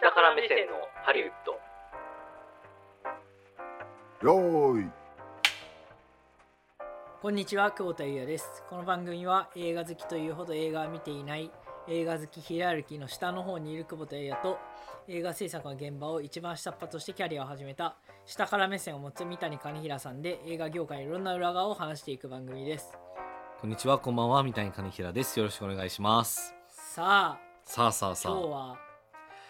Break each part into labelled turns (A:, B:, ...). A: 下から目線のハリウッド
B: よーい
C: こんにちは久保田裕也ですこの番組は映画好きというほど映画は見ていない映画好きヒエラルキーの下の方にいる久保田裕也と映画制作の現場を一番下っ端としてキャリアを始めた下から目線を持つ三谷兼平さんで映画業界のいろんな裏側を話していく番組です
D: こんにちは、こんばんは、三谷兼平です。よろしくお願いします。
C: さあ
D: さあさあさあ。
C: 今日は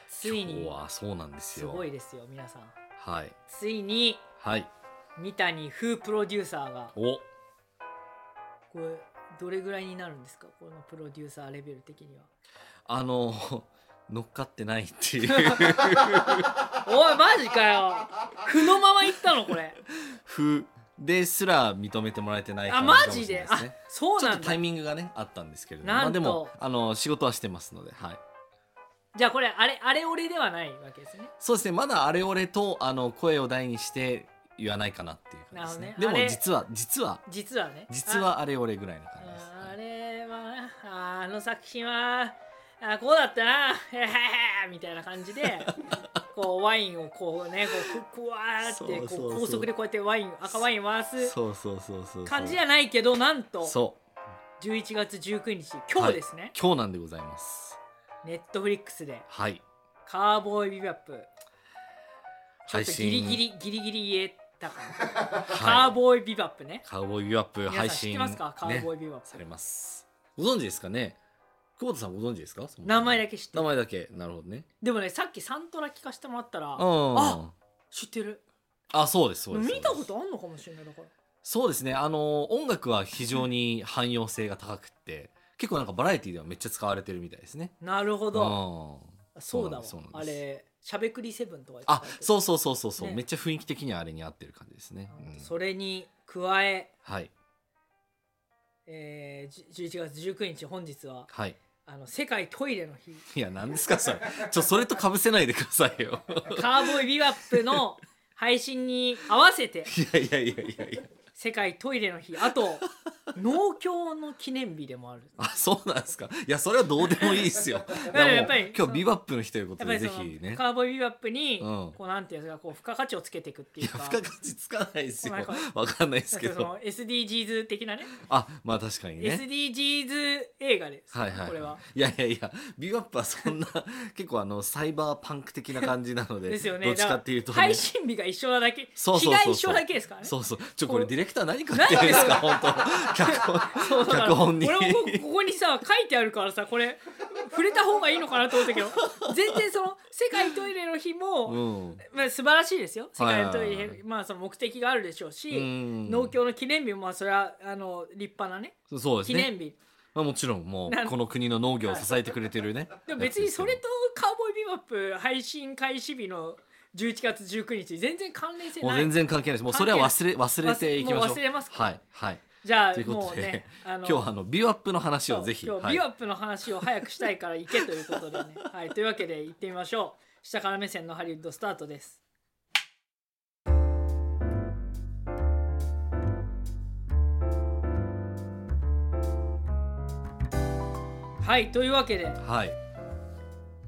C: つい
D: 今日
C: に
D: はそうなんで
C: す
D: すよ。
C: ごいですよ皆さん
D: はい。
C: ついに
D: はい。
C: 三谷風プロデューサーが
D: お、
C: これどれぐらいになるんですかこのプロデューサーレベル的には
D: あの、 乗っかってないっていう。
C: おいマジかよ負のまま行ったのこれ
D: 風ですら認めてもらえてない
C: あ
D: 感じ
C: マ
D: かも
C: ジ
D: しれ
C: で
D: ないです
C: あ
D: ね。
C: そう
D: ちょ
C: な
D: っ
C: ん
D: とタ
C: だ
D: イミングがね、あったんですけれども。
C: なんと
D: まあでも、あの、仕事はしてますので、はい。
C: じゃあこれあれあれ俺ではないわけですね
D: そうですね、まだあれ俺と、あの、声を大にして言わないかなっていう感じですね。
C: なるほどねあ
D: で
C: れ
D: も、実は、実は、
C: 実はね
D: 実はあれ俺ぐらいの感じです。
C: ああれはああの作品はあこうだったなへへへみたいな感じ でこうワインをこうねこうくくわーってこう
D: そうそうそう
C: 高速でこうやってワイン赤ワイン回す
D: そうそうそうそうそう。
C: 感じじゃないけどなんと
D: そう。
C: 11月19日今日ですね、
D: 今日なんでございます。
C: ネットフリックスで
D: はい。
C: 「カーボーイビバップ」ちょっ
D: 配
C: と
D: 信
C: ギリギリギリギリ言えたかなカ
D: は
C: ーボーイビバップね
D: い。カウボーイビューアップ
C: 皆
D: 配
C: さん知っ
D: 信
C: てますか、カーボーイビバッ
D: さ
C: プ
D: れます。ご存知ですかね。久保田さんご存知ですか。そもそも
C: 名前だけ知って
D: 名
C: る
D: 前だけ。なるほどね。
C: でもねさっきサントラ聞かせてもらったら
D: うん。
C: 知ってる
D: あ、そうです。そうです。
C: 見たこ
D: そうです
C: とあんのかもしれないだから
D: そうですね。あの音楽は非常に汎用性が高くって、結構なんかバラエティではめっちゃ使われてるみたいですね。
C: なるほ
D: う
C: ど
D: ん。
C: そうだわ
D: そうなんです
C: あれしゃべくりセブンとか
D: あ、
C: う
D: そうそうそうそうそう。
C: ね
D: めっちゃ雰囲気的にはあれに合ってる感じですね。うん
C: それに加え
D: はい
C: えーじ11月19日本日は
D: はい。
C: あの世界トイレの 日
D: いや何ですかそれ。ちょそれと被せないでくださいよ。
C: カーボーイビバップの配信に合わせて
D: いやいやいやいやいや。
C: 世界トイレの日あ と農協の記念日でもある
D: あ、そうなんですか。いや、それはどうでもいいで すよ。い
C: や
D: や、
C: やっぱり
D: もう今日ビバップの日というこ
C: や
D: と
C: っぱ
D: で、
C: りそ
D: ぜ
C: の
D: ひね。
C: カーボーイビバップに
D: うん
C: こうなんていうんですかこう付加価値をつけていくって
D: い
C: いう
D: や、
C: か
D: 付加価値つかないですよ
C: なんか。
D: わかんないですけ
C: なんかそ
D: ど。
C: の SDGs 的なね
D: あ、まあ、確かにね。
C: SDGs 映画です、
D: はいはい、
C: これは。
D: いやいやいやビバップはそんな 結構あのサイバーパンク的な感じなので
C: ですよね
D: どっちかっていうと、
C: だから配信日が一緒なだけ
D: そうそうそうそう
C: 日が一緒だけですからね
D: そうそうちょ
C: こう
D: これディレクター何買ってるんですか本当脚
C: そう
D: 本
C: だから
D: 脚本に
C: 俺もこうここにさ書いてあるからさこれ触れた方がいいのかなと思ったけど全然その世界トイレの日も、
D: うん
C: まあ、素晴らしいですよ世界のトイ
D: はいはいはい
C: レ、まあ、その目的があるでしょうし、
D: うん
C: 農協の記念日もまあそれはあの立派なね
D: そうです
C: 記
D: ね
C: 念日
D: まあもちろんも
C: なん
D: うこの国の農業を支えてくれてるね
C: でも別
D: や
C: に
D: つ
C: そ
D: すけど
C: れとカウボーイビバップ配信開始日の11月19日全然関連性
D: もう
C: ない
D: 全然関係ないです。もうそれは忘れ忘れていきましょ
C: 忘れ
D: う。
C: もう忘れますか
D: はいはい。
C: じゃあ
D: というこ
C: も
D: と
C: う
D: で、
C: ねあの
D: 今日はあのビューアップの話をぜひ。
C: そう今日
D: はい
C: ビューアップの話を早くしたいから行けということでね、はい、というわけで行ってみましょう下から目線のハリウッドスタートですはいというわけで
D: はい。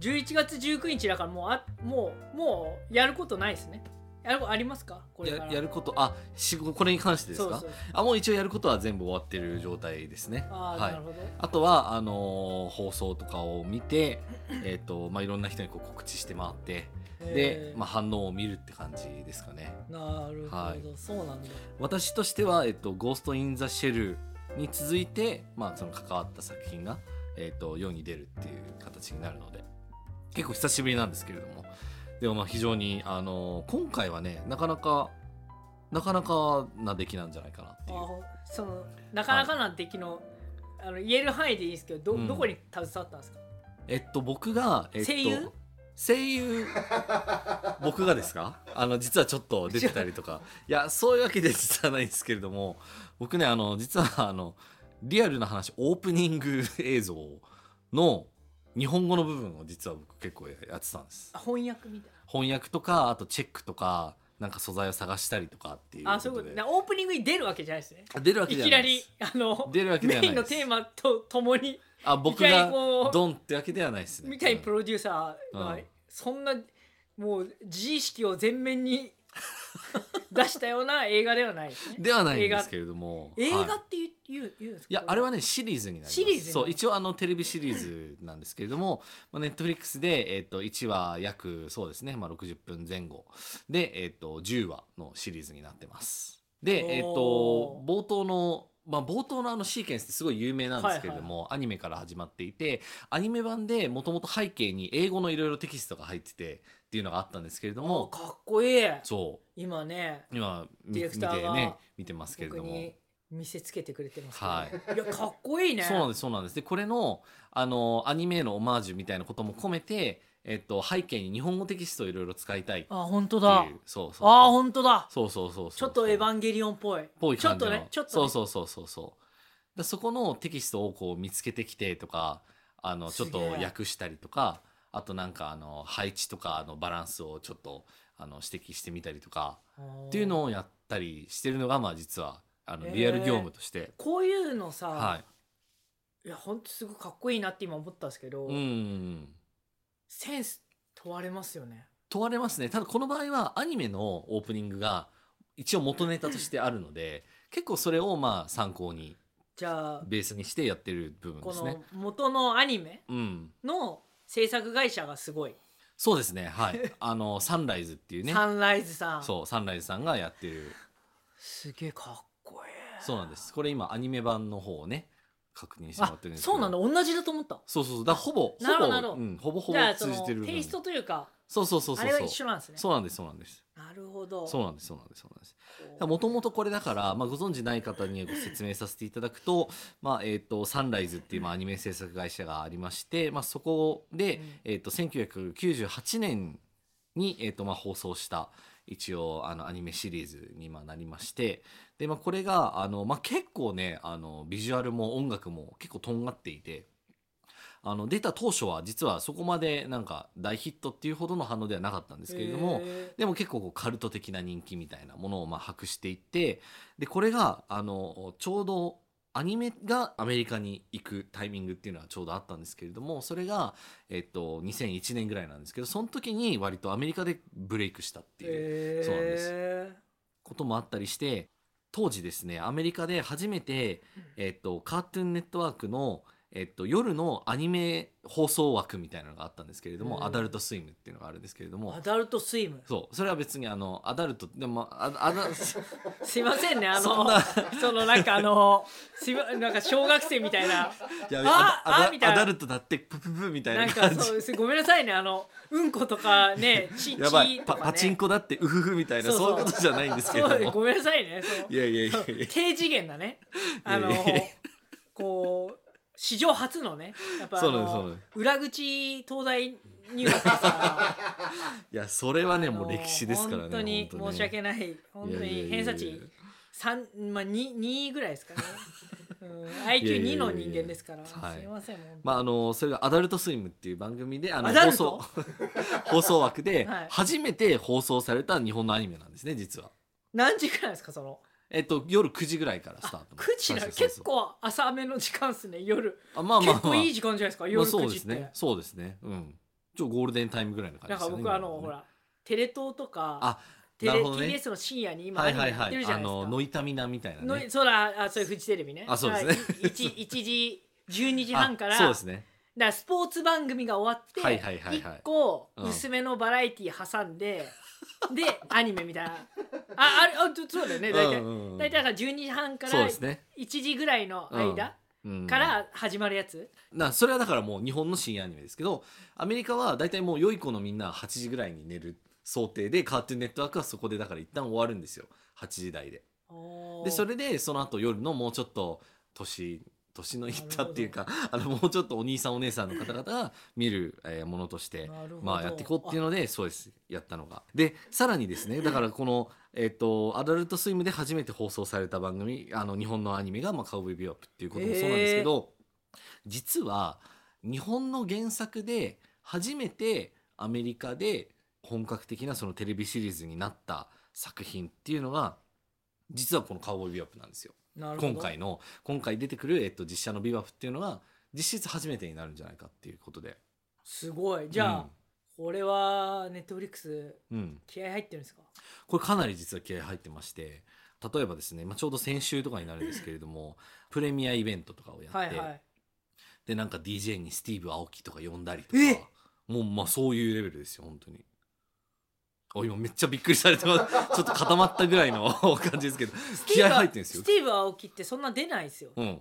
C: 11月19日だからもうあもうもうやることないですねやることありますかこれから
D: ややることあ仕事これに関してですか。
C: そうそう
D: あもう一応やることは全部終わってる状態ですね。
C: ああ、
D: は
C: ないる。ほど
D: あとはあのー放送とかを見て、えっ、とまあいろんな人にこう告知して回って、で
C: えー
D: まあ反応を見るって感じですかね。
C: なるほど、
D: はい
C: そうなんだ
D: 私としては、えっと、ゴースト・イン・ザ・シェルに続いて、まあ、その関わった作品が、えっと、世に出るっていう形になるので、結構久しぶりなんですけれども、でもまあ非常に、あの、今回はね、なかなか、なかなかな出来なんじゃないかなって
C: あ
D: いう。
C: ほそのなかなかな出来の,、あの言える範囲でいいですけどど,、
D: うん
C: どこに携わったんですか
D: えっと、僕が、えっと、
C: 声優
D: 声優僕がですかあの実はちょっと出てたり とかいやそういうわけで実はないんですけれども僕ねあの実はあのリアルな話オープニング映像の日本語の部分を実は僕結構やってたんです
C: あ翻訳みたい
D: 翻訳とかあとチェックとかなんか素材を探したりとかっていう
C: なあ
D: こ
C: そういう
D: と
C: こ
D: で
C: とねオープニングに出るわけじゃないですね
D: 出るわけ
C: い
D: じゃ
C: き
D: な
C: ない
D: で
C: り
D: す
C: あの
D: 出るわけでは
C: メ
D: な
C: イ
D: い
C: ンのテーマとともに
D: あ僕
C: いきなり
D: が
C: こう
D: ドンってわけではないですね
C: みたいにプロデューサー
D: う
C: が
D: ん
C: そんなもう自意識を前面 に出したような映画ではないですね
D: ではないんですけれども
C: 映画
D: はい
C: って言う,、言う言うんですか
D: いやあれはねシリーズになります
C: シリーズになる
D: そう一応あのテレビシリーズなんですけれどもネットフリックスで、えっと1話約そうですね、まあ、60分前後で、えっと10話のシリーズになってますで、えっと
C: おー
D: 冒頭のまあ、冒頭のあのシーケンスってすごい有名なんですけれども、アニメから始まっていてアニメ版でもともと背景に英語のいろいろテキストが入っててっていうのがあったんですけれど
C: も
D: も
C: うかっこいい
D: そ
C: 今ね
D: う今み
C: ディ
D: 見
C: レ
D: て
C: クターが
D: ね見てますけれ
C: 僕
D: ども
C: に見せつけてくれてますけど、、
D: はい
C: やかっこいいね
D: そうなんですそうなんですでこれのあのアニメへのオマージュみたいなことも込めて、えっと、背景に日本語テキストをいろいろ使いたいっていう
C: あ本当だ
D: そうそう
C: あ本当だ
D: そうそうそうそう
C: ちょっとエヴ
D: ン
C: ァンゲリオンっぽい
D: ぽい感じの
C: ちょっとねちょっとね
D: そうそうそうそうそうだそこのテキストをこう見つけてきてとかあのちょっ
C: す
D: と
C: げえ
D: 訳したりとかあとなんかあの配置とかのバランスをちょっとあの指摘してみたりとか
C: っ
D: っていうのをやったりしてるのがまあ実はあのリアル業務として、
C: こういうのさ、
D: はい
C: い、やほんとすごいかっこいいなって今思ったんですけど、
D: うん
C: センス問われますよね
D: 問われますねただこの場合はアニメのオープニングが一応元ネタとしてあるので結構それをまあ参考に
C: じゃあ
D: ベースにしてやってる部分で
C: こ
D: すね
C: の元のアニメ
D: うん
C: の制作会社がすごい、
D: そうですねはい あのサンライズっていうね
C: サンライズさん
D: そうサンライズさんがやってる
C: すげえかっこいい
D: そうなんですこれ今アニメ版の方をね確認してもら
C: あ
D: ってるんですけど
C: そうなんだ同じだと思った
D: そうそうそうだからほぼほ
C: なるほどなる
D: ぼ、
C: ほど
D: うん、ほぼほ
C: じ
D: ぼ
C: ゃあそ
D: 通
C: の
D: じてる部
C: テ
D: 分
C: イストというか
D: そうそうそうそ
C: あ
D: うそう
C: れは一緒なんですね
D: そうなんですそうなんです
C: なるほど
D: そうなんですそうなんですそうなんです
C: こう
D: もともとこれだから、まあ、ご存知ない方にはご説明させていただくと, 、まあえー、とサンライズっていうまあアニメ制作会社がありまして、まあ、そこで、
C: うん
D: えー、と1998年に、えーとまあ、放送した一応あのアニメシリーズにまあなりましてで、まあ、これがあの、まあ、結構ねあのビジュアルも音楽も結構とんがっていて。あの出た当初は実はそこまでなんか大ヒットっていうほどの反応ではなかったんですけれども、
C: へ
D: でも結構こうカルト的な人気みたいなものをまあ博していってでこれがあのちょうどアニメがアメリカに行くタイミングっていうのはちょうどあったんですけれどもそれが、えっと、2001年ぐらいなんですけどその時に割とアメリカでブレイクしたって
C: え
D: いう
C: へえ
D: そうなんでこともあったりして当時ですねアメリカで初めて、えっと、カートゥーンネットワークの、えっと、夜のアニメ放送枠みたいなのがあったんですけれども、
C: うん
D: アダルトスイムっていうのがあるんですけれども
C: アダルトスイム
D: そうそれは別にあのアダルトでもああだそ
C: すいません ねあの
D: そんな
C: そのなんかあのすいまなんか小学生みたいない
D: や
C: あ
D: あだ
C: あみたい
D: ア
C: な
D: ダルトだってプププみたい
C: なん
D: な
C: か
D: 感じ
C: そうすごめんなさいねあのうんことかねちち
D: やばい、
C: と
D: パ
C: か、ね、
D: パチンコだってウフフみたいな
C: そう
D: そ
C: そう
D: ういうことじゃないんですけれ
C: そう
D: ども
C: ごめんなさいねそう
D: いやいやいやいや
C: 低次元だ ねあの
D: いやいやいや
C: こう史上初のねやっぱあ
D: そうなんですそうなん
C: の
D: で
C: 裏口東大入学さ
D: いやそれはね
C: あの
D: もう歴史 ですからね
C: 本当に申し訳ない本当に偏差値三まあ二二ぐらいです かね、うん、
D: いやいやいや
C: IQ 二の人間ですからす
D: はい
C: いませんもう
D: まああのそれが「アダルトスイム」っていう番組であの
C: アダ
D: 放
C: ルト
D: 送放送 枠 で
C: はい
D: 初めて放送された日本のアニメなんですね実は。
C: 何時ぐらいですかその
D: えっと夜9時ぐらいからスタート
C: 九時な
D: そうそうそう
C: 結構浅めの時間ですね夜、
D: あまあまあ、まあ、
C: 結構いい時間じゃないですか
D: まあ
C: 夜
D: そ
C: 九
D: う
C: 時
D: で
C: っ
D: す
C: て、
D: ねそうですねうんちょゴールデンタイムぐらいの感じ
C: な
D: で
C: んか
D: すよね
C: 僕あの、
D: 今
C: ほ
D: ね
C: らテレ東とか
D: あ
C: テレ
D: なるほどね
C: TBS の深夜に今
D: は
C: ア
D: い
C: ニ
D: は
C: メ
D: い
C: やっ
D: は
C: てる
D: い
C: じゃ
D: あ
C: ないですか、
D: のノイタミナみたいな
C: の
D: ね
C: そらあそういうフジテレビね
D: あそうですね
C: はいい 一一時12時半か
D: あ
C: ら
D: そうですね
C: だからスポーツ番組が終わって
D: はいはいはいはい
C: 1個
D: うん
C: 薄めのバラエティー挟ん で、でアニメみたいなああれあそうだよね大体、
D: うんうんうん
C: 大体だから12時半か
D: そう
C: ら
D: です
C: 1
D: ね
C: 時ぐらいの間
D: うん
C: から始まるやつ、
D: なそれはだからもう日本の深夜アニメですけどアメリカは大体もう良い子のみんな8時ぐらいに寝る想定でカートゥーンネットワークはそこでだから一旦終わるんですよ8時台で
C: おー
D: でそれでその後夜のもうちょっと年年のいったっていうかあのもうちょっとお兄さんお姉さんの方々が見る、えーものとして
C: なるほど
D: まあやっていこうっていうのでそうですやったのがでさらにですねだからこのえっ、とアダルトスイムで初めて放送された番組あの日本のアニメが、まあ、カウボーイビューアップっていうこともそうなんですけど、実は日本の原作で初めてアメリカで本格的なそのテレビシリーズになった作品っていうのが実はこのカウボーイビューアップなんですよ
C: なるほど
D: 今回の今回出てくる、えっと、実写のビューアップっていうのが実質初めてになるんじゃないかっていうことです
C: ごいじゃあ、
D: うん
C: 俺はネットフリックス
D: うん、
C: 気合入ってるんですか
D: これかなり実は気合入ってまして例えばですね、まあ、ちょうど先週とかになるんですけれどもプレミアイベントとかをやって、
C: はいはい
D: でなんか DJ にスティーブ・アオキとか呼んだりと
C: え
D: かもうまあそういうレベルですよ本当に。お今めっちゃびっくりされてます ちょっと固まったぐらいの感じですけど気合入ってるんですよ
C: スティーブ・青木ってそんな出ないですよ、
D: う
C: あ
D: ん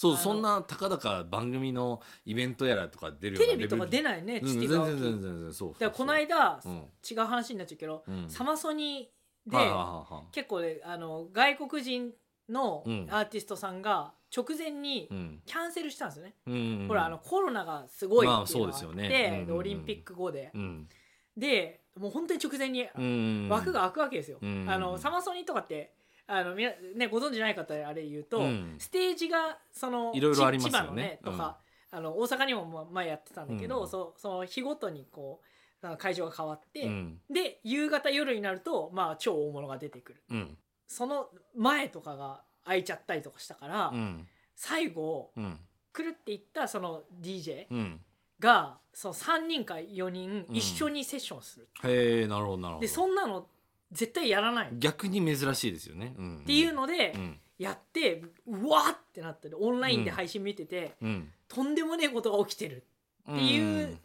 D: そう
C: の
D: そんなたかだか番組のイベントやらとか出るよう
C: テ
D: な
C: レビとか出
D: ない
C: ないね、
D: うん
C: スティ
D: 全
C: ーブ・
D: 然
C: 青木
D: 全然全然そう
C: だからこの間、
D: うん
C: 違う話になっちゃうけど、
D: うん
C: サマソニで、
D: はいはいはいはい
C: 結構ねあの外国人の
D: うん
C: アーティストさんが直前に
D: うん
C: キャンセルしたんですよね、
D: うんうん
C: ほらあのコロナがすごいっていうのがあって、
D: まあそうですよねうんうんうん
C: でオリンピック後で、
D: うん
C: でもう本当に直前に
D: うん
C: 枠が開くわけですよ、
D: うん
C: あのサマソニとかってあのみな、ね、ご存知ない方あれ言うと、
D: うん
C: ステージがその
D: いろいろ
C: ち
D: あります
C: 千
D: よね
C: 葉のねとか、あの大阪にもま前やってたんだけど、
D: うん
C: そその日ごとにこうなんか会場が変わって、
D: うん
C: で夕方夜になると、まあ、超大物が出てくる
D: うん
C: その前とかが空いちゃったりとかしたから、
D: うん
C: 最後
D: うん
C: 来るって言ったその DJ
D: うん
C: がその3人か4人
D: うん
C: 一緒にセッションする、
D: へえなるほどなるほど
C: でそんなの絶対やらないっ
D: 逆に珍しいですよねって
C: いうので
D: うん
C: やって、うわーってなってるオンラインで配信見てて、
D: うん
C: とんでもねえことが起きてる
D: って
C: いう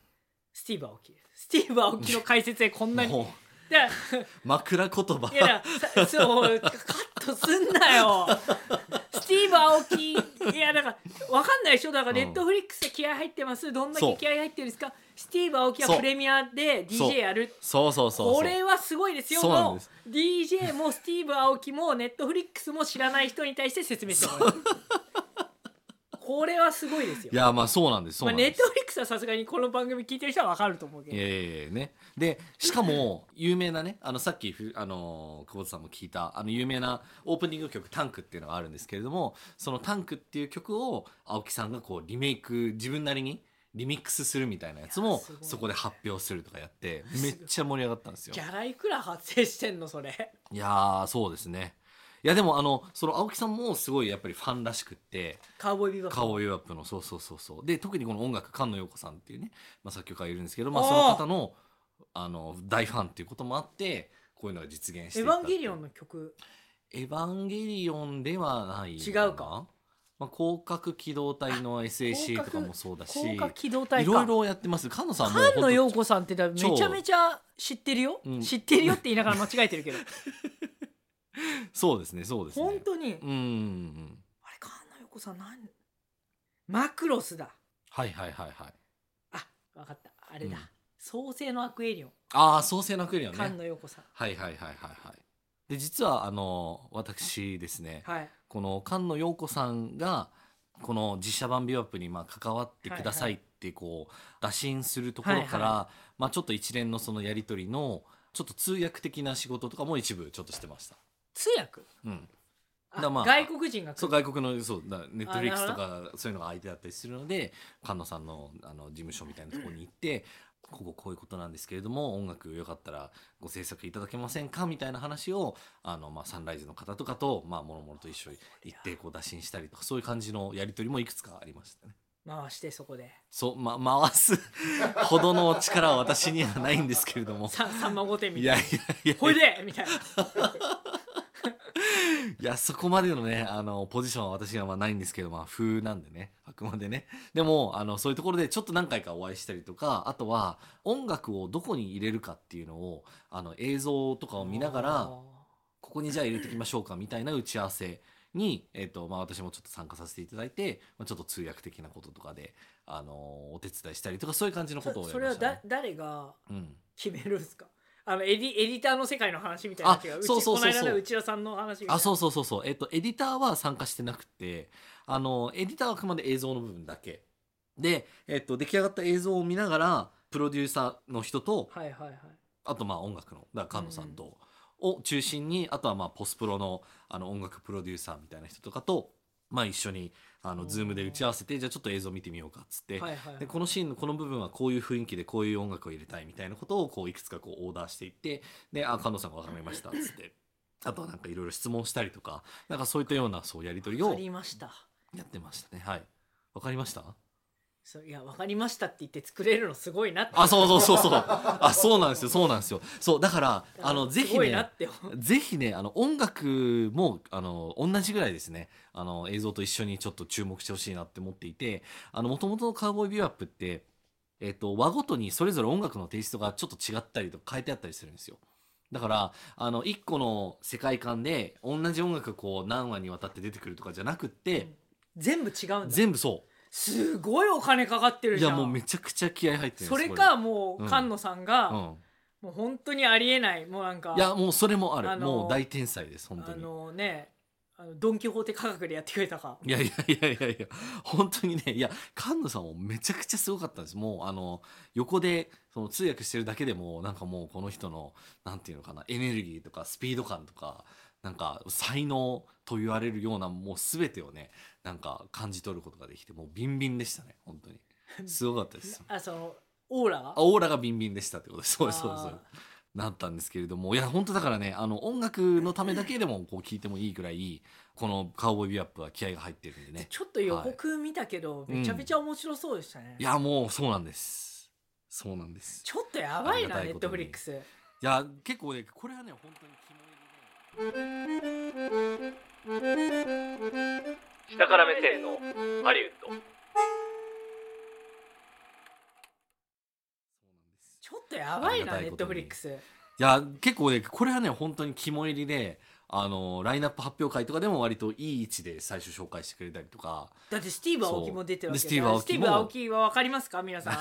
C: スティーブ・アオキスティーブ・アオキの解説でこんなに。
D: も
C: で
D: う枕言葉
C: いやだからさそうカットすんなよスティーブ・アオキいやだからわかんないでしょだからネ
D: うん
C: ットフリックスで気合入ってますどんだ
D: そ
C: け
D: う
C: 気合入ってるんですかスティーブ・アオキ
D: そ
C: は
D: う
C: プレミアで
D: そう
C: DJ やる
D: そうそうそうそう
C: これはすごいですよ
D: そうなん
C: の
D: です
C: DJ もスティーブ・アオキもネットフリックスも知らない人に対して説明してもらうこれはすごいですよ
D: いやまあそうなんですそう
C: まあ、
D: なん
C: ネッ
D: です
C: トフリックスはさすがにこの番組聞いてる人はわかると思うけ
D: い
C: ど
D: やいやいやね。で、しかも、有名なね、あの、さっきふ、あのー、久保田さんも聞いた、あの、有名なオープニング曲、タンクっていうのがあるんですけれども、そのタンクっていう曲を、青木さんがこう、リメイク、自分なりに、リミックスするみたいなやつ
C: いや
D: も
C: すごい、
D: そこで発表するとかやって、めっちゃ盛り上がったんですよ
C: ギ。ャラいくら発生してんのそれ
D: いやー、そうですね。いや、でも、あの、その青木さんもすごいやっぱりファンらしくって、
C: カウボーイビバップ
D: 顔をヨアップのそうそうそうそうで特にこの音楽菅野陽子さんっていうね、まあ、作曲家がいるんですけど、まあ、
C: あー
D: その方のあの大ファンっていうこともあってこういうのが実現して
C: エ
D: い
C: ヴ
D: った
C: ァ
D: っ
C: ン
D: てい
C: ゲ
D: う
C: リオンの曲
D: エヴァンゲリオンではないの
C: 違うか、
D: まあ、広角機動隊の SAC とかもそうだし
C: 高架
D: い
C: 機動隊か
D: ろいろやってます菅野さんも
C: 菅野
D: 本
C: 陽子さんってだめ
D: 超
C: ちゃめちゃ知ってるよ、
D: うん
C: 知ってるよって言いながら間違えてるけど
D: 当そうですねそうですね
C: 本当に、あれ
D: うんうんうん
C: 菅野陽子さん何マクロスだ
D: はいはいはいはい
C: あ分かったあれだ、
D: うん
C: 創世のアクエリオン
D: ああ創世のクリオンね
C: 菅野陽子さん、
D: はいはいはいはいはいで実はあの私ですね、
C: はい
D: この菅野陽子さんがこの実写版ビューアップにまあ関わってくださいってこう打診するところから、
C: はい
D: まあ、ちょっと一連のそのやり取りのちょっと通訳的な仕事とかも一部ちょっとしてました。
C: 通訳
D: うん、
C: あ
D: だまあ
C: 外国人が来る
D: そう外国のそうだネットフリックスと
C: な
D: かそういうのが相手だったりするので菅野さんのあの事務所みたいなところに行って「こここういうことなんですけれども音楽よかったらご制作いただけませんか?」みたいな話をあの、まあ、サンライズの方とかとまあもろもろと一緒に行ってこう打診したりとかそういう感じのやり取りもいくつかありましたね。
C: 回してそこで
D: そう、ま、回すほどの力は私にはないんですけれども。
C: ささんま御殿み
D: い
C: たい
D: や
C: ない
D: やい
C: ほ
D: や
C: いでみたいない
D: やそこまでのねあのポジションは私にはまあないんですけど、まあ、風なんでねあくまでねでもあのそういうところでちょっと何回かお会いしたりとかあとは音楽をどこに入れるかっていうのをあの映像とかを見ながらここにじゃあ入れていきましょうかみたいな打ち合わせに、えっとまあ、私もちょっと参加させていただいて、まあ、ちょっと通訳的なこととかであのお手伝いしたりとかそういう感じのことを
C: そ
D: や
C: そ
D: り
C: れ
D: ま
C: は
D: した、
C: だ
D: ね。
C: 誰が
D: うん
C: 決めるんですかあのエディエディターの世界の話みたいな
D: あ
C: 違ううち
D: そうそうそうそう
C: この間の内田さんの話みたいな
D: あそうそうそうそう、えっと、エディターは参加してなくてあのエディターはあくまで映像の部分だけで、えっと、出来上がった映像を見ながらプロデューサーの人と
C: はいはいはい
D: あとまあ音楽のだから菅野さんと、を中心にあとはまあポスプロのあの音楽プロデューサーみたいな人とかと、まあ、一緒にあ
C: う
D: の
C: ん
D: ズームで打ち合わせてじゃあちょっと映像見てみようかっつって、
C: はいはい
D: でこのシーンのこの部分はこういう雰囲気でこういう音楽を入れたいみたいなことをこういくつかこうオーダーしていってで「あ菅野さんが分かりました」っつってあとはなんかいろいろ質問したりとかなんかそういったようなそうやり取り
C: わ
D: を
C: かりました
D: やってましたねはいわかりました
C: そういや分かりましたって言って作れるのすごいなって
D: あそうそうそうそうあそうなんですよそうなんですよそうだからあのぜ
C: す
D: ひ
C: ごいな
D: ね
C: って思う
D: ぜひねあの音楽もあの同じぐらいですねあの映像と一緒にちょっと注目してほしいなって思っていてもともとの「元々のカウボーイビューアップ」って、えっと和ごとにそれぞれ音楽のテイストがちょっと違ったりとか変えてあったりするんですよ。だからあの一個の世界観で同じ音楽がこう何話にわたって出てくるとかじゃなくって、
C: 全部違うんだ
D: 全部そ
C: すごいお金かかって
D: う
C: る
D: い
C: じゃん
D: やもうめちゃくちゃ気合入ってるんです
C: それ
D: こ
C: かもう
D: うん
C: 菅野さんが、
D: うん、
C: もう本当にありえないもうなんか
D: いやもうそれもある、
C: あの
D: もう大天才です本当
C: あ
D: に
C: のねあのドン・キホーテ価格でやってくれたか
D: いやいやいやいやいや本当にねいや菅野さんもめちゃくちゃすごかったんですもうあの横でその通訳してるだけでもなんかもうこの人のなんていうのかなエネルギーとかスピード感とかなんか才能と言われるようなもう全てをねなんか感じ取ることができてもうビンビンでしたね本当にすごかっ たです
C: あそのオーラが
D: あオーラがビンビンでしたってことですそうですそうです
C: あ
D: そ
C: ー
D: うですなったんですけれどもいや本当だからねあの音楽のためだけでもこう聞いてもいいぐらいこの「カウボーイビューアップ」は気合が入ってるんでね
C: ちょっと予告見たけど、
D: い
C: めちゃめちゃ面白そうでしたね、
D: いやもうそうなんですそうなんです
C: ちょっとやばいな
D: あ
C: ネ
D: り
C: ット
D: がた
C: フ
D: いこと
C: リ
D: に
C: ックス
D: いや結構ねこれはね本当に肝入りで
A: 下から目線のハリウッド
D: そうなんです
C: ちょっとやばい
D: あ
C: なネ
D: りがたい
C: ッ
D: こ
C: ト
D: とに
C: フリックス
D: いや結構ねこれはね本当に肝入りであのラインナップ発表会とかでも割といい位置で最初紹介してくれたりとか
C: だってスティーブ・アオキも出てるわけ
D: そうでスティーブアオキも
C: スティーブ・アオキはわかりますか皆 さん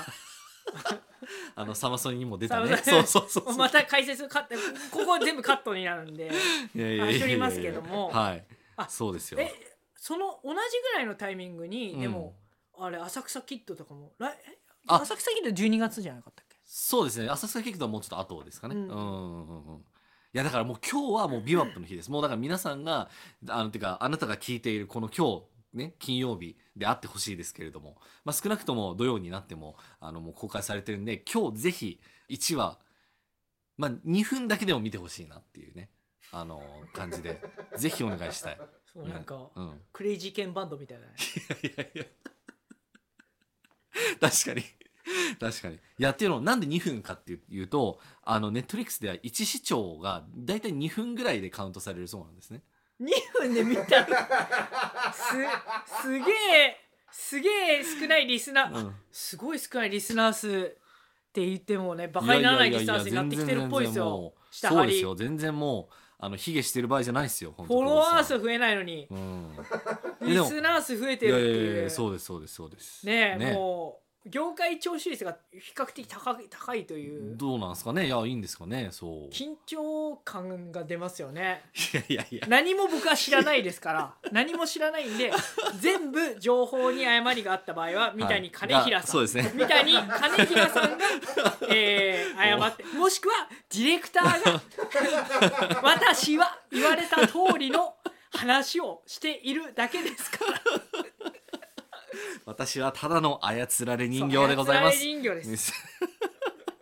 D: あのサマソニにも出たね
C: サマソ
D: そ
C: ニ
D: うそうそう
C: も
D: そう
C: うまた解説カットここ全部カットになるんで
D: いやいやいやいやいや
C: 走りますけども
D: はい
C: あ
D: そうですよ
C: えその同じぐらいのタイミングに、
D: うん
C: でもあれ浅草キッドとかも来え
D: あ
C: 浅草キッド12月じゃなかったっけ
D: そうですね浅草キックとはもうちょっと後ですかね、
C: う
D: うんん、うんうんうんいやだからもう今日はもうビワップの日ですもうだから皆さんがあのてかあなたが聞いているこの今日ね金曜日であってほしいですけれども、まあ、少なくとも土曜になってもあのもう公開されてるんで今日ぜひ1話、まあ、2分だけでも見てほしいなっていうねあの感じでぜひお願いしたい、
C: そうなんか、
D: うん、い
C: クレイジーケンバンドみたいなね、
D: やいやいや確かに確かに。いやっていうのなんで2分かっていうとあのネットリックスでは1視聴が大体2分ぐらいでカウントされるそうなんですね。
C: 2分で見たすすげえすげえ少ないリスナー、
D: うん
C: すごい少ないリスナー数って言ってもねバカにならないリスナー数になってきてるっぽいですよ
D: 全
C: 下
D: 然全然もうそう
C: 張
D: です
C: り
D: よ全然もうあの卑下してる場合じゃないですよ。フ
C: フォロワー数増えないのに
D: うん。
C: リスナー数増えて
D: い
C: るっ
D: や
C: て
D: いや
C: いう
D: いやそうですそうですそうです。
C: ねえもう業界聴取率が比較的高い高いという
D: どうなんですかねいやいいんですかねそう。
C: 緊張感が出ますよね
D: いやいやいや。
C: 何も僕は知らないですから何も知らないんで全部情報に誤りがあった場合は三谷金平
D: あ
C: さん、
D: そうですね。
C: 三谷金平さんが、えー誤ってもしくはディレクターが 私は言われた通りの話をしているだけですから
D: 私はただの操られ人形でございま
C: 操
D: す。
C: られ人形です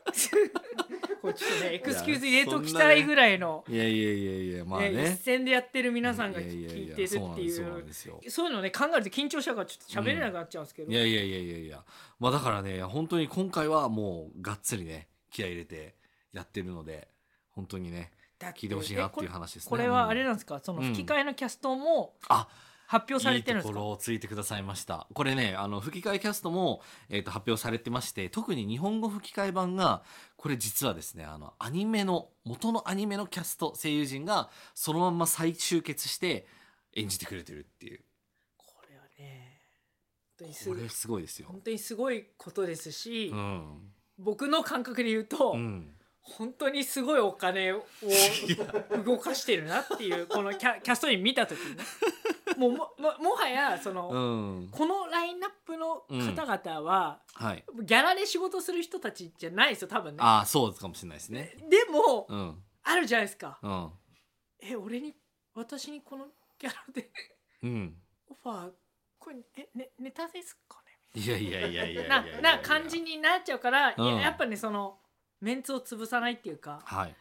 C: これちょっとねエクスキューズ入れとき
D: いやそんな
C: たい
D: ね
C: ぐらいの
D: いやいやいやいやまあ
C: ね一
D: ね。
C: 線でやってる皆さんが
D: いやいやいや
C: 聞いてるって
D: そうなんですそう
C: い
D: な
C: うん
D: ですよ。
C: そういうのね考えると緊張しちゃうからちょっと喋れなくなっちゃうんですけど、
D: いやいやいやいやいやまあだからね本当に今回はもうがっつりね気合い入れてやってるので本当にね
C: だって
D: 聞いてほしいなっていう話です
C: え
D: ね
C: これこれはあれなんですか、その
D: うん
C: 吹き替えのキャストも
D: あ
C: 発表されてるん
D: いい
C: で
D: と
C: す
D: こ
C: か、
D: ろをついてくださいましたこれねあの吹き替えキャストも、えー、と発表されてまして特に日本語吹き替え版がこれ実はですねあのアニメの元のアニメのキャスト声優陣がそのまんま再集結して演じてくれてるっていう
C: これはね本当にす
D: こ
C: ご
D: れ
C: い
D: すごいですよ
C: 本。当にすごいことですし、
D: うん
C: 僕の感覚で言うと、
D: うん、
C: 本当にすごいお金を
D: いや
C: 動かしてるなって いうこのキャキャストに見た時にねもうもももはやその、
D: うん
C: このラインナップの方々は、
D: はい、
C: ギャラで仕事する人たちじゃないですよ多分ね
D: ああそうかもしれないですね。
C: でも、
D: うん
C: あるじゃないですか
D: うん
C: え俺に私にこのギャラで
D: うん
C: オファーこれえ、ね、ネタですか
D: いやいやいやいや
C: ね
D: い
C: な
D: やいや
C: な感じになっちゃうから、
D: うん
C: いややっぱねそのメンツを潰さないっていうか
D: はいい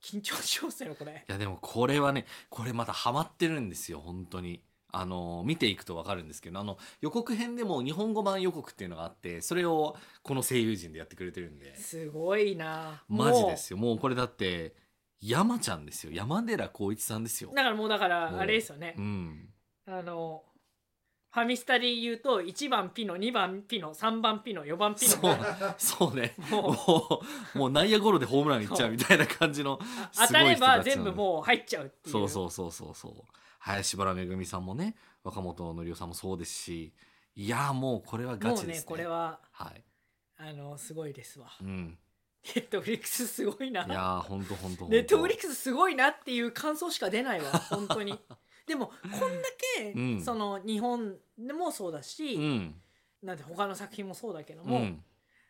C: 緊張しますよこれ
D: やでもこれはねこれまたハマってるんですよ本当にあの見ていくと分かるんですけどあの予告編でも日本語版予告っていうのがあってそれをこの声優陣でやってくれてるんです
C: ごいな
D: マジですすよもうこれだって山ちゃんですよ山寺宏一さんですよ
C: もうだからもうだか
D: も
C: ら
D: う
C: あれですよね
D: うん
C: あのファミスタで言うと1番ピノ2番ピノ3番ピノ4番ピノ
D: そうそうね
C: もう
D: もうもう内野ゴロでホームランいっちゃうみたいな感じのすごい
C: 当たれば
D: 人たちな
C: 全
D: の
C: 部もう入っちゃうっていう
D: そうそううそうそうそう林原めぐみさんもね若本のりおさんもそうですしいやーもうこれはガ
C: も
D: チ
C: う
D: で
C: ね
D: すね
C: これは
D: はい
C: あのすごいですわ
D: うん
C: ネットフリックスすごいない
D: やーほんとほんとほんと
C: ネットフリックスすごいなっていう感想しか出ない わ本当にでもこんだけ、
D: うん
C: その日本でもそうだし、
D: うん
C: なんて他の作品もそうだけど
D: う
C: も、
D: ん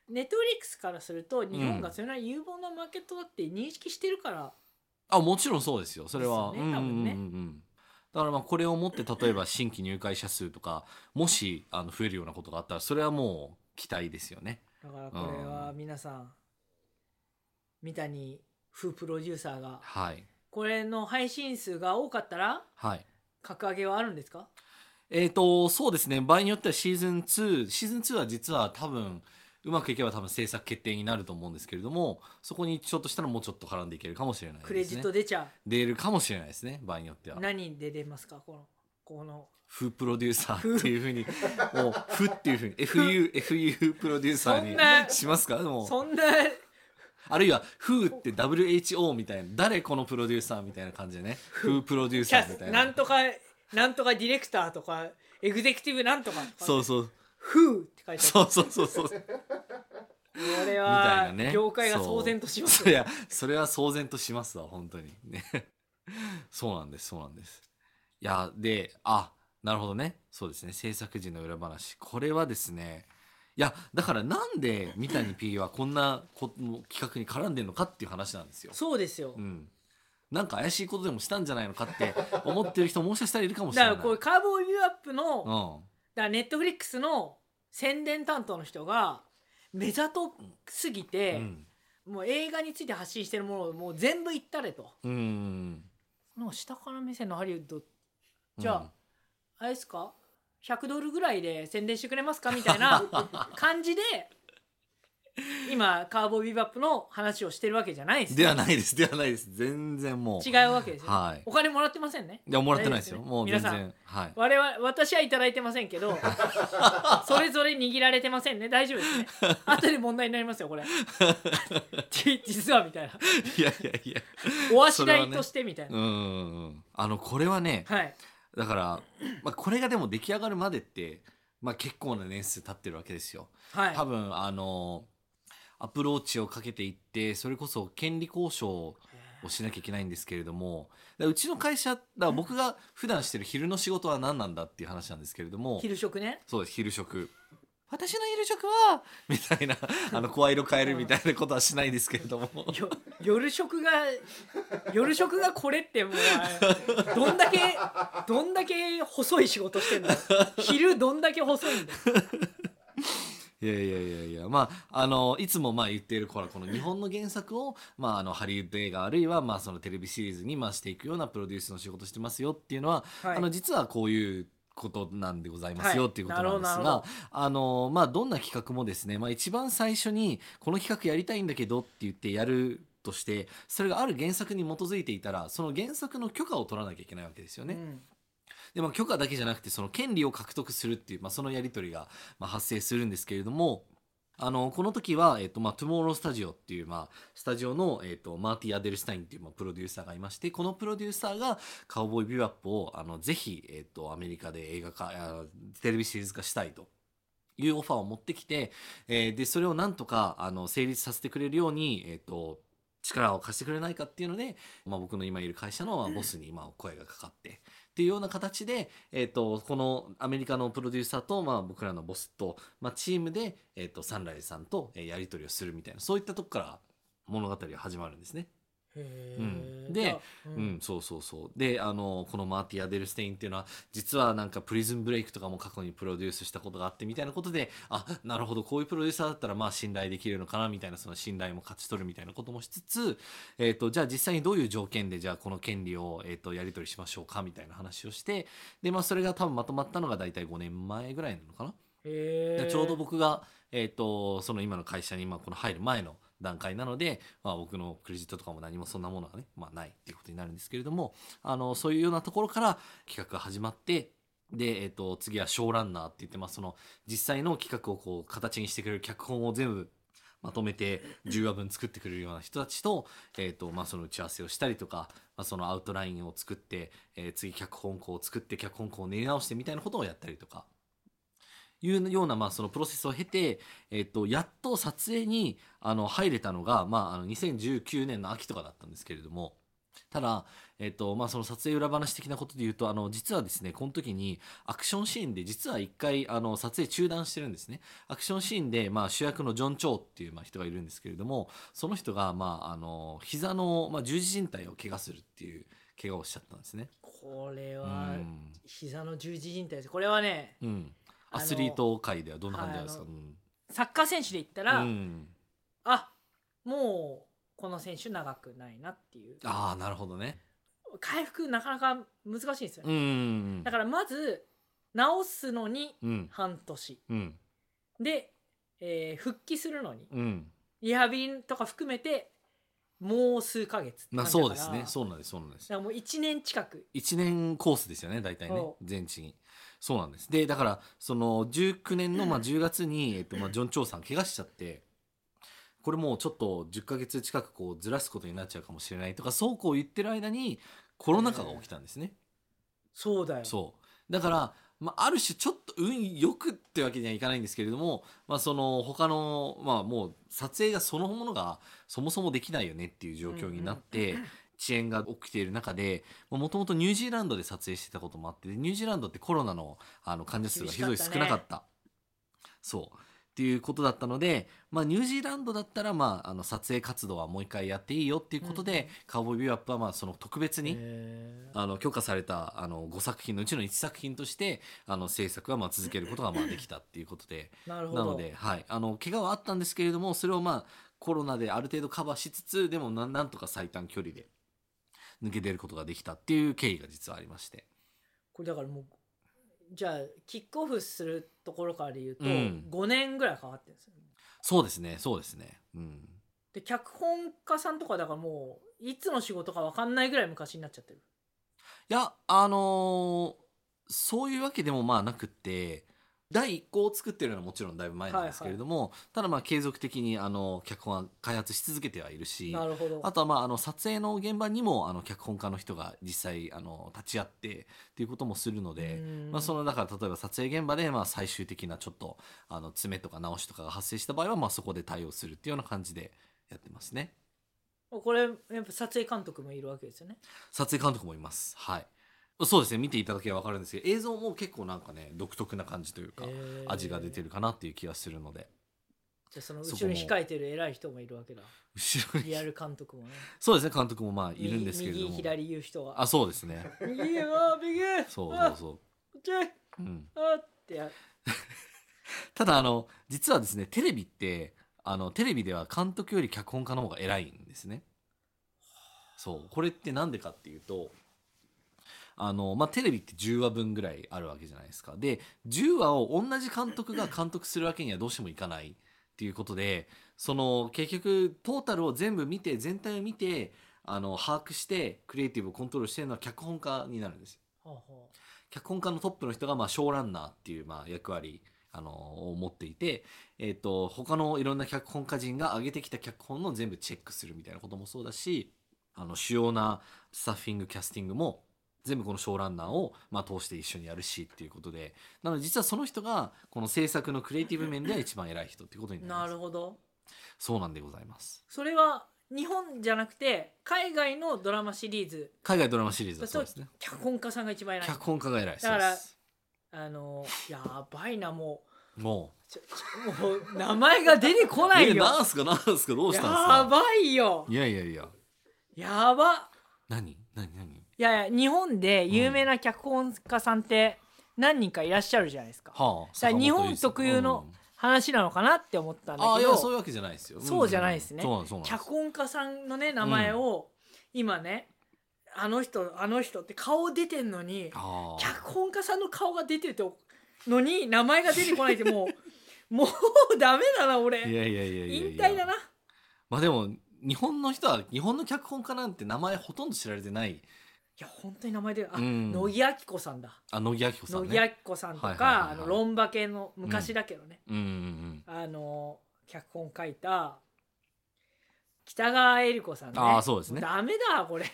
C: ネットフリックスからすると日本がそれなりに有望なマーケットだって認識してるから、
D: あもちろんそうですよそれは、
C: です
D: う
C: よ
D: ん
C: ね
D: う
C: 多
D: んうん
C: 分ね
D: うんだからまあこれをもって例えば新規入会者数とかもしあの増えるようなことがあったらそれはもう期待ですよね
C: だからこれは皆さん三谷風プロデューサーが
D: はい
C: これの配信数が多かったら
D: はい
C: 格上げはあるんですか
D: えー、とそうですね場合によってはシーズン2シーズン2は実は多分うまくいけば多分制作決定になると思うんですけれどもそこにちょっとしたらもうちょっと絡んでいけるかもしれないですね
C: クレジット出ちゃ
D: 出るかもしれないですね場合によって
C: う、
D: は
C: 何で出ますかこのこの
D: フープロデューサーっていうふ うにもうフっていうふうに FUFU プロデューサ
C: そん
D: ー
C: な
D: にしますかもう
C: そんな
D: あるいはフーって WHO みたいな誰このプロデューサーみたいな感じでねフープロデュー
C: キャ
D: サーみ
C: ス
D: たい
C: な
D: なん
C: とかなんとかディレクターとかエグゼクティブなんとかとか
D: そうそう
C: ふうって書いてある
D: そうそうそうそう
C: これ
D: みたいな
C: は
D: ね
C: 業界が騒然とします
D: そうい
C: よ
D: やそれは騒然としますわ本当にね そうなんですそうなんですいやであなるほどねそうですね制作陣の裏話これはですねいやだからなんで三谷 P はこんなこ企画に絡んでるのかっていう話なんですよ、
C: そうですよ、
D: うん、なんか怪しいことでもしたんじゃないのかって思ってる人もしかしたらいるかもしれ
C: だか
D: ない
C: らこれカーボーイビューアップの、
D: うん、
C: だからネットフリックスの宣伝担当の人が目ざとすぎ
D: う
C: て、
D: ん
C: もう映画について発信してるものをもう全部言ったれと
D: うん
C: なんか下から目線のハリウッドじゃあ、あれですか100ドルぐらいで宣伝してくれますかみたい な感じで今カーボーイビバップの話をしてるわけじゃないで
D: うん
C: す
D: では
C: よ
D: ないですではないです全然もう
C: 違うわけですよ、
D: はい
C: お金もらってませんね
D: いやもらってないですよ。
C: 大丈
D: も
C: 夫
D: う
C: ですね
D: 全然はい。
C: 我々私はいただいてませんけどそれぞれ握られてませんね大丈夫ですね後で問題になりますよ これじ実はみたいない
D: やいやいや。
C: おあしらいとしてみたいな、
D: うんうんうん。あのこれはね、
C: はい
D: だからまあこれがでも出来上がるまでってまあ結構な年数経ってるわけですよ。
C: はい
D: 多分あのアプローチをかけていってそれこそ権利交渉をしなきゃいけないんですけれども、だからうちの会社だから僕が普段してる昼の仕事は何なんだっていう話なんですけれども、
C: 昼食ね
D: そうです昼食。私の昼食は みたいなあの声色変えるみたいなことはしないですけれども。
C: よ夜食が夜食がこれってもうあれどんだけどんだけ細い仕事してんだ昼どんだけ細いんだ
D: いやいやいやいやまああのいつもまあ言っているこれはこの日本の原作を、まあ、あのハリウッド映画あるいはまあそのテレビシリーズにまあしていくようなプロデュースの仕事してますよっていうのは、
C: はい
D: あの実はこういうことなんでございますよ
C: はい
D: っていうことなんです
C: なるほどな
D: が、
C: るほ
D: あのまあどんな企画もですね、まあ、一番最初にこの企画やりたいんだけどって言ってやるとしてそれがある原作に基づいていたらその原作の許可を取らなきゃいけないわけですよね。
C: うん
D: でまあ、許可だけじゃなくてその権利を獲得するっていう、まあ、そのやり取りが、まあ、発生するんですけれどもあのこの時は、えっとまあ、トゥモロー・スタジオっていう、まあ、スタジオの、えっと、マーティ・アデルスタインっていう、まあ、プロデューサーがいましてこのプロデューサーがカウボーイ・ビューアップをあのぜひ、えっと、アメリカで映画化あテレビシリーズ化したいと。いうオファーを持ってきて、えーでそれをなんとかあの成立させてくれるように、えっと力を貸してくれないかっていうので、まあ、僕の今いる会社のまあボスにまあ声がかかってっていうような形で、えっとこのアメリカのプロデューサーと、まあ、僕らのボスと、まあ、チームで、えっとサンライズさんとえーやり取りをするみたいなそういったとこから物語が始まるんですね。
C: へ
D: うん
C: え
D: で
C: う
D: うん
C: ん、
D: そうそうそうであのこのマーティ・アデルステインっていうのは実はなんかプリズンブレイクとかも過去にプロデュースしたことがあってみたいなことであなるほどこういうプロデューサーだったらまあ信頼できるのかなみたいなその信頼も勝ち取るみたいなこともしつつ、えー、とじゃあ実際にどういう条件でじゃあこの権利を、えー、とやり取りしましょうかみたいな話をしてで、まあ、それが多分まとまったのが大体5年前ぐらいなのかな。
C: へ
D: で
C: え
D: ちょうど僕が、えー、とその今の会社に今この入る前の段階なので、まあ、僕のクレジットとかも何もそんなものはね、まあ、ないっていうことになるんですけれどもあのそういうようなところから企画が始まってで、えー、と次はショーランナーって言って、まあ、その実際の企画をこう形にしてくれる脚本を全部まとめて10話分作ってくれるような人たちと,、えーとまあ、その打ち合わせをしたりとか、まあ、そのアウトラインを作って、えー次脚本校を作って脚本校を練り直してみたいなことをやったりとかいうような、まあ、そのプロセスを経て、えっと、やっと撮影にあの入れたのが、まあ、あの2019年の秋とかだったんですけれどもただ、えっとまあ、その撮影裏話的なことで言うとあの実はですねこの時にアクションシーンで実は一回あの撮影中断してるんですねアクションシーンで、まあ、主役のジョン・チョウっていう、まあ、人がいるんですけれどもその人が、まあ、あの膝の、まあ、十字靭帯を怪我するっていう怪我をしちゃったんですね。
C: これ
D: う
C: は
D: ん
C: 膝の十字靭帯ですこれはね
D: うん、
C: あ
D: ア
C: の
D: スリート界ではどんな感じなんですか、
C: は
D: うん
C: サッカー選手で言ったら、
D: うん
C: あもうこの選手長くないなっていう
D: ああなるほどね
C: 回復なかなか難しいんですよ
D: う
C: ね、
D: ん
C: だからまず治すのに
D: うん
C: 半年
D: うん
C: で、えー復帰するのに
D: うん
C: リハビリとか含めてもう数ヶ月って
D: ま
C: 感
D: あ
C: じだか
D: そ
C: ら
D: うですねそうなんですそうなんです
C: だからもう1年近く
D: 1年コースですよね大体ね
C: そ
D: 全地にそうなんですでだからその19年のまあ10月に、えっと、まあジョン・チョウさん怪我しちゃってこれもうちょっと10ヶ月近くこうずらすことになっちゃうかもしれないとかそうこう言ってる間にコロナ禍が起きたんですね、
C: そうだよ
D: そうだから、まあ、ある種ちょっと運よくってわけにはいかないんですけれども、まあ、その他の、まあ、もう撮影がそのものがそもそもできないよねっていう状況になって、遅延が起きている中でもともとニュージーランドで撮影してたこともあってニュージーランドってコロナのあの患者数がひどい少なかった。そうっていうことだったので、まあ、ニュージーランドだったら、まあ、あの撮影活動はもう一回やっていいよっていうことで、
C: うんうん
D: カウボーイビューアップはまあその特別に
C: へー
D: あの許可されたあの5作品のうちの1作品としてあの制作はまあ続けることがまあできたっていうことで
C: なるほど
D: なので、はい、あの怪我はあったんですけれどもそれをまあコロナである程度カバーしつつでもなんなんとか最短距離で抜け出ることができたっていう経緯が実はありまして、
C: これだからもうじゃあキックオフするところからで言うと、
D: うん
C: 5年ぐらいかかってるんですよね
D: そうですねそうですねうん
C: で脚本家さんとかだからもういつの仕事か分かんないぐらい昔になっちゃってる
D: いやあのーそういうわけでもまあなくって第1項を作ってるのはもちろんだいぶ前なんですけれども、ただまあ継続的にあの脚本は開発し続けてはいるし
C: なるほど
D: あとはまああの撮影の現場にもあの脚本家の人が実際あの立ち会ってっていうこともするので、まあ、そ
C: の
D: のだから例えば撮影現場でまあ最終的なちょっとあの爪とか直しとかが発生した場合はまあそこで対応するっていうような感じでやってますね
C: これやっぱ撮影監督もいるわけですよね
D: 撮影監督もいますはいそうですね見ていただければ分かるんですけど映像も結構なんかね独特な感じというか
C: へー
D: 味が出てるかなっていう気がするので
C: じゃあその
D: そこも
C: 後ろに控えてる偉い人もいるわけだ
D: 後ろ に
C: リアル監督もね
D: そうですね監督もまあいるんですけれど
C: 右
D: も
C: 左言う人が
D: あそうですね
C: 右あ右
D: そう
C: あ
D: そうそ
C: こっちあ
D: ううん
C: ってや
D: ただあの実はですねテレビってあのテレビでは監督より脚本家の方が偉いんですね。そうこれってなんでかっていうとあの、まあ、テレビって10話分ぐらいあるわけじゃないですか。で10話を同じ監督が監督するわけにはどうしてもいかないっていうことでその結局トータルを全部見て全体を見てあの把握してクリエイティブをコントロールしてるのは脚本家になるんですよ
C: はあは
D: 脚本家のトップの人が、まあ、ショーランナーっていう、まあ、役割、あのを持っていて、えっ、と、他のいろんな脚本家人が上げてきた脚本の全部チェックするみたいなこともそうだし、あの、主要なスタッフィング、キャスティングも、全部このショーランナーを、まあ、通して一緒にやるしっていうことで、なので実はその人が、この制作のクリエイティブ面では一番偉い人っていうことに
C: あ
D: なりま
C: な
D: す。
C: るほど
D: そうなんでございます。
C: それは日本じゃなくて海外のドラマシリーズ
D: 海外ドラマシリーズはそう
C: そう
D: ですね。
C: 脚本家さんが一番偉い
D: 脚本家が偉い。
C: だから
D: そうです
C: あのやばいなも
D: も
C: うちょちょもう名前が出てこ
D: う。
C: ない
D: え
C: よ
D: なんすかなんすかどうしたんですか
C: やばいよ
D: いやいやいや。
C: やば
D: 何何何
C: いやいや日本で有名な脚本家さんって何人かいらっしゃるじゃないですか、
D: はあ
C: さあ
D: 坂本
C: 日
D: 龍
C: 本
D: 一さん
C: 特有の
D: うん
C: 話なのかなって思ったんだ
D: ああ
C: け
D: い
C: ど
D: やそういうわけじゃないですよ
C: そうじゃないですね
D: そうなんそうなんです
C: 脚本家さんのね名前を今ねあの人あの人って顔出てんのに
D: ああ
C: 脚本家さんの顔が出てるのに名前が出てこないっても うもうダメだな俺
D: いやいやいやいやいや
C: 引退だな
D: まあでも日本の人は日本の脚本家なんて名前ほとんど知られてない
C: いや本当に名前出るあ、
D: うん
C: 乃木明子さんだ、
D: あ乃木明子さ
C: 乃
D: んね
C: 木明子さんとか、
D: はいはいはい
C: あ
D: はい
C: のロンバ系の昔だけどね、
D: うんうん
C: あの脚本書いた北川恵理子さんね
D: あーそうですね
C: ダメだこれ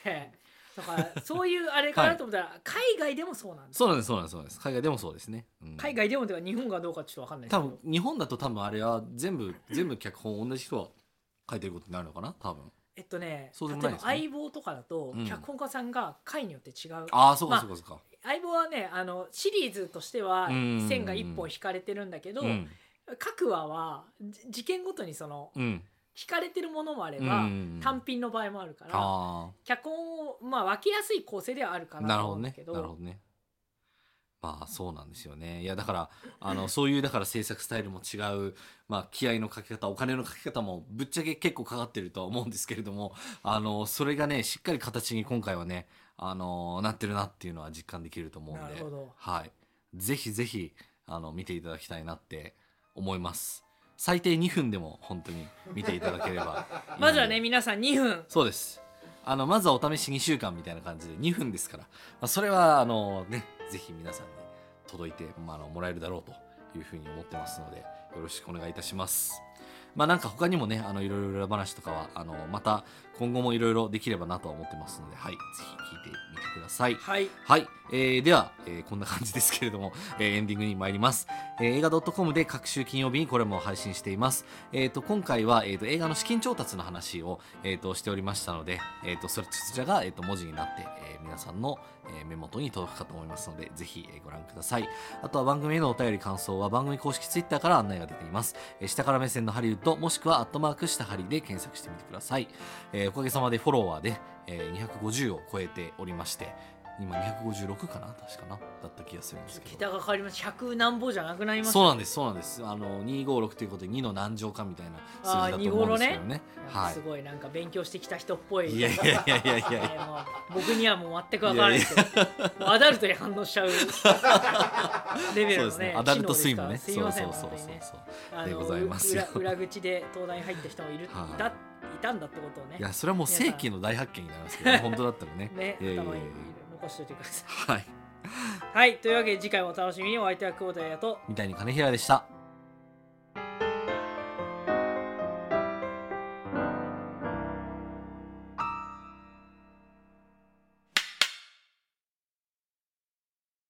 C: だからそういうあれかなと思ったら、海外でもそうなん
D: うん
C: だ
D: そうなんですそうなんですそうなんです海外でもそうですね、うん
C: 海外でもでは日本がどうかちょっとわかんないです
D: 多
C: けど
D: 分日本だと多分あれは全部全部脚本同じ人が書いてることになるのかな多分
C: えっとね
D: そうでも
C: 例え
D: な
C: ば
D: いですね
C: 相棒とかだと、
D: うん
C: 脚本家さんが回によって違う
D: ああそう
C: まあ
D: かそうかそうか、
C: 相棒はねあのシリーズとしては
D: うん
C: 線が1本引かれてるんだけど、
D: うん
C: 各話はじ事件ごとにその
D: うん
C: 引かれてるものもあれ
D: う
C: ば、
D: ん
C: 単品の場合もあるから、
D: あ
C: 脚本をまあ分けやすい構成ではあるか
D: あな
C: な
D: る
C: と
D: ほ
C: 思う
D: ど
C: んだ
D: ね
C: けど
D: なるほどねまあそうなんですよねいやだからあのそういうだから制作スタイルも違う、まあ、気合のかけ方お金のかけ方もぶっちゃけ結構かかってるとは思うんですけれどもあのそれがねしっかり形に今回はねあのなってるなっていうのは実感できると思うんで
C: なるほど
D: はい、ぜひぜひあの見ていただきたいなって思います最低2分でも本当に見ていただければいい ので
C: まずはね皆さん2分
D: そうですあのまずはお試し2週間みたいな感じで2分ですから、まあ、それはあのねぜひ皆さんに届いて、まあ、あのもらえるだろうというふうに思ってますのでよろしくお願いいたしますまあなんか他にもねあのいろいろ裏話とかはあのまた今後もいろいろできればなとは思ってますのではいぜひ聞いてみてください
C: はい
D: はい、えーでは、えーこんな感じですけれども、えーエンディングに参ります、えー映画 .com で各週金曜日にこれも配信しています、えー、と今回は、えー、と映画の資金調達の話を、えー、としておりましたので、えー、とそれそちらが、えー、と文字になって、えー皆さんの、えー目元に届くかと思いますのでぜひ、えーご覧くださいあとは番組へのお便り感想は番組公式 Twitter から案内が出ています、えー下から目線のハリウッドもしくはアットマーク下ハリで検索してみてください、えーおかげさまでフォロワーで、えー250を超えておりまして今256かな確かなだった気がするんですけど
C: 桁が変わります100何ぼじゃなくなります
D: そうなんですそうなんですあの256ということで2の何乗かみたいな数字だと思うんですけどねはい
C: すごいなんか勉強してきた人っぽい
D: いやいやいやいやいや
C: ねもう僕にはもう全く分からないですけどもうアダルトに反応しちゃうレベル
D: そうで
C: の
D: す
C: ね
D: ねアダルトスイムね
C: 知能ですからすい
D: そう
C: ま
D: そ
C: せ
D: うんそう
C: 本当にね
D: そうそう
C: あ
D: で
C: の
D: ございますよ
C: 裏裏口で東大に入った人もいる、
D: はい
C: だいたんだってことをね
D: いやそれはもう世紀の大発見になりますけど、ね、本当だったらね
C: ね
D: いやいやいや
C: 頭に残しておいてください
D: はい
C: はいというわけで次回もお楽しみにお相手は久保田彩と
D: 三谷金平でした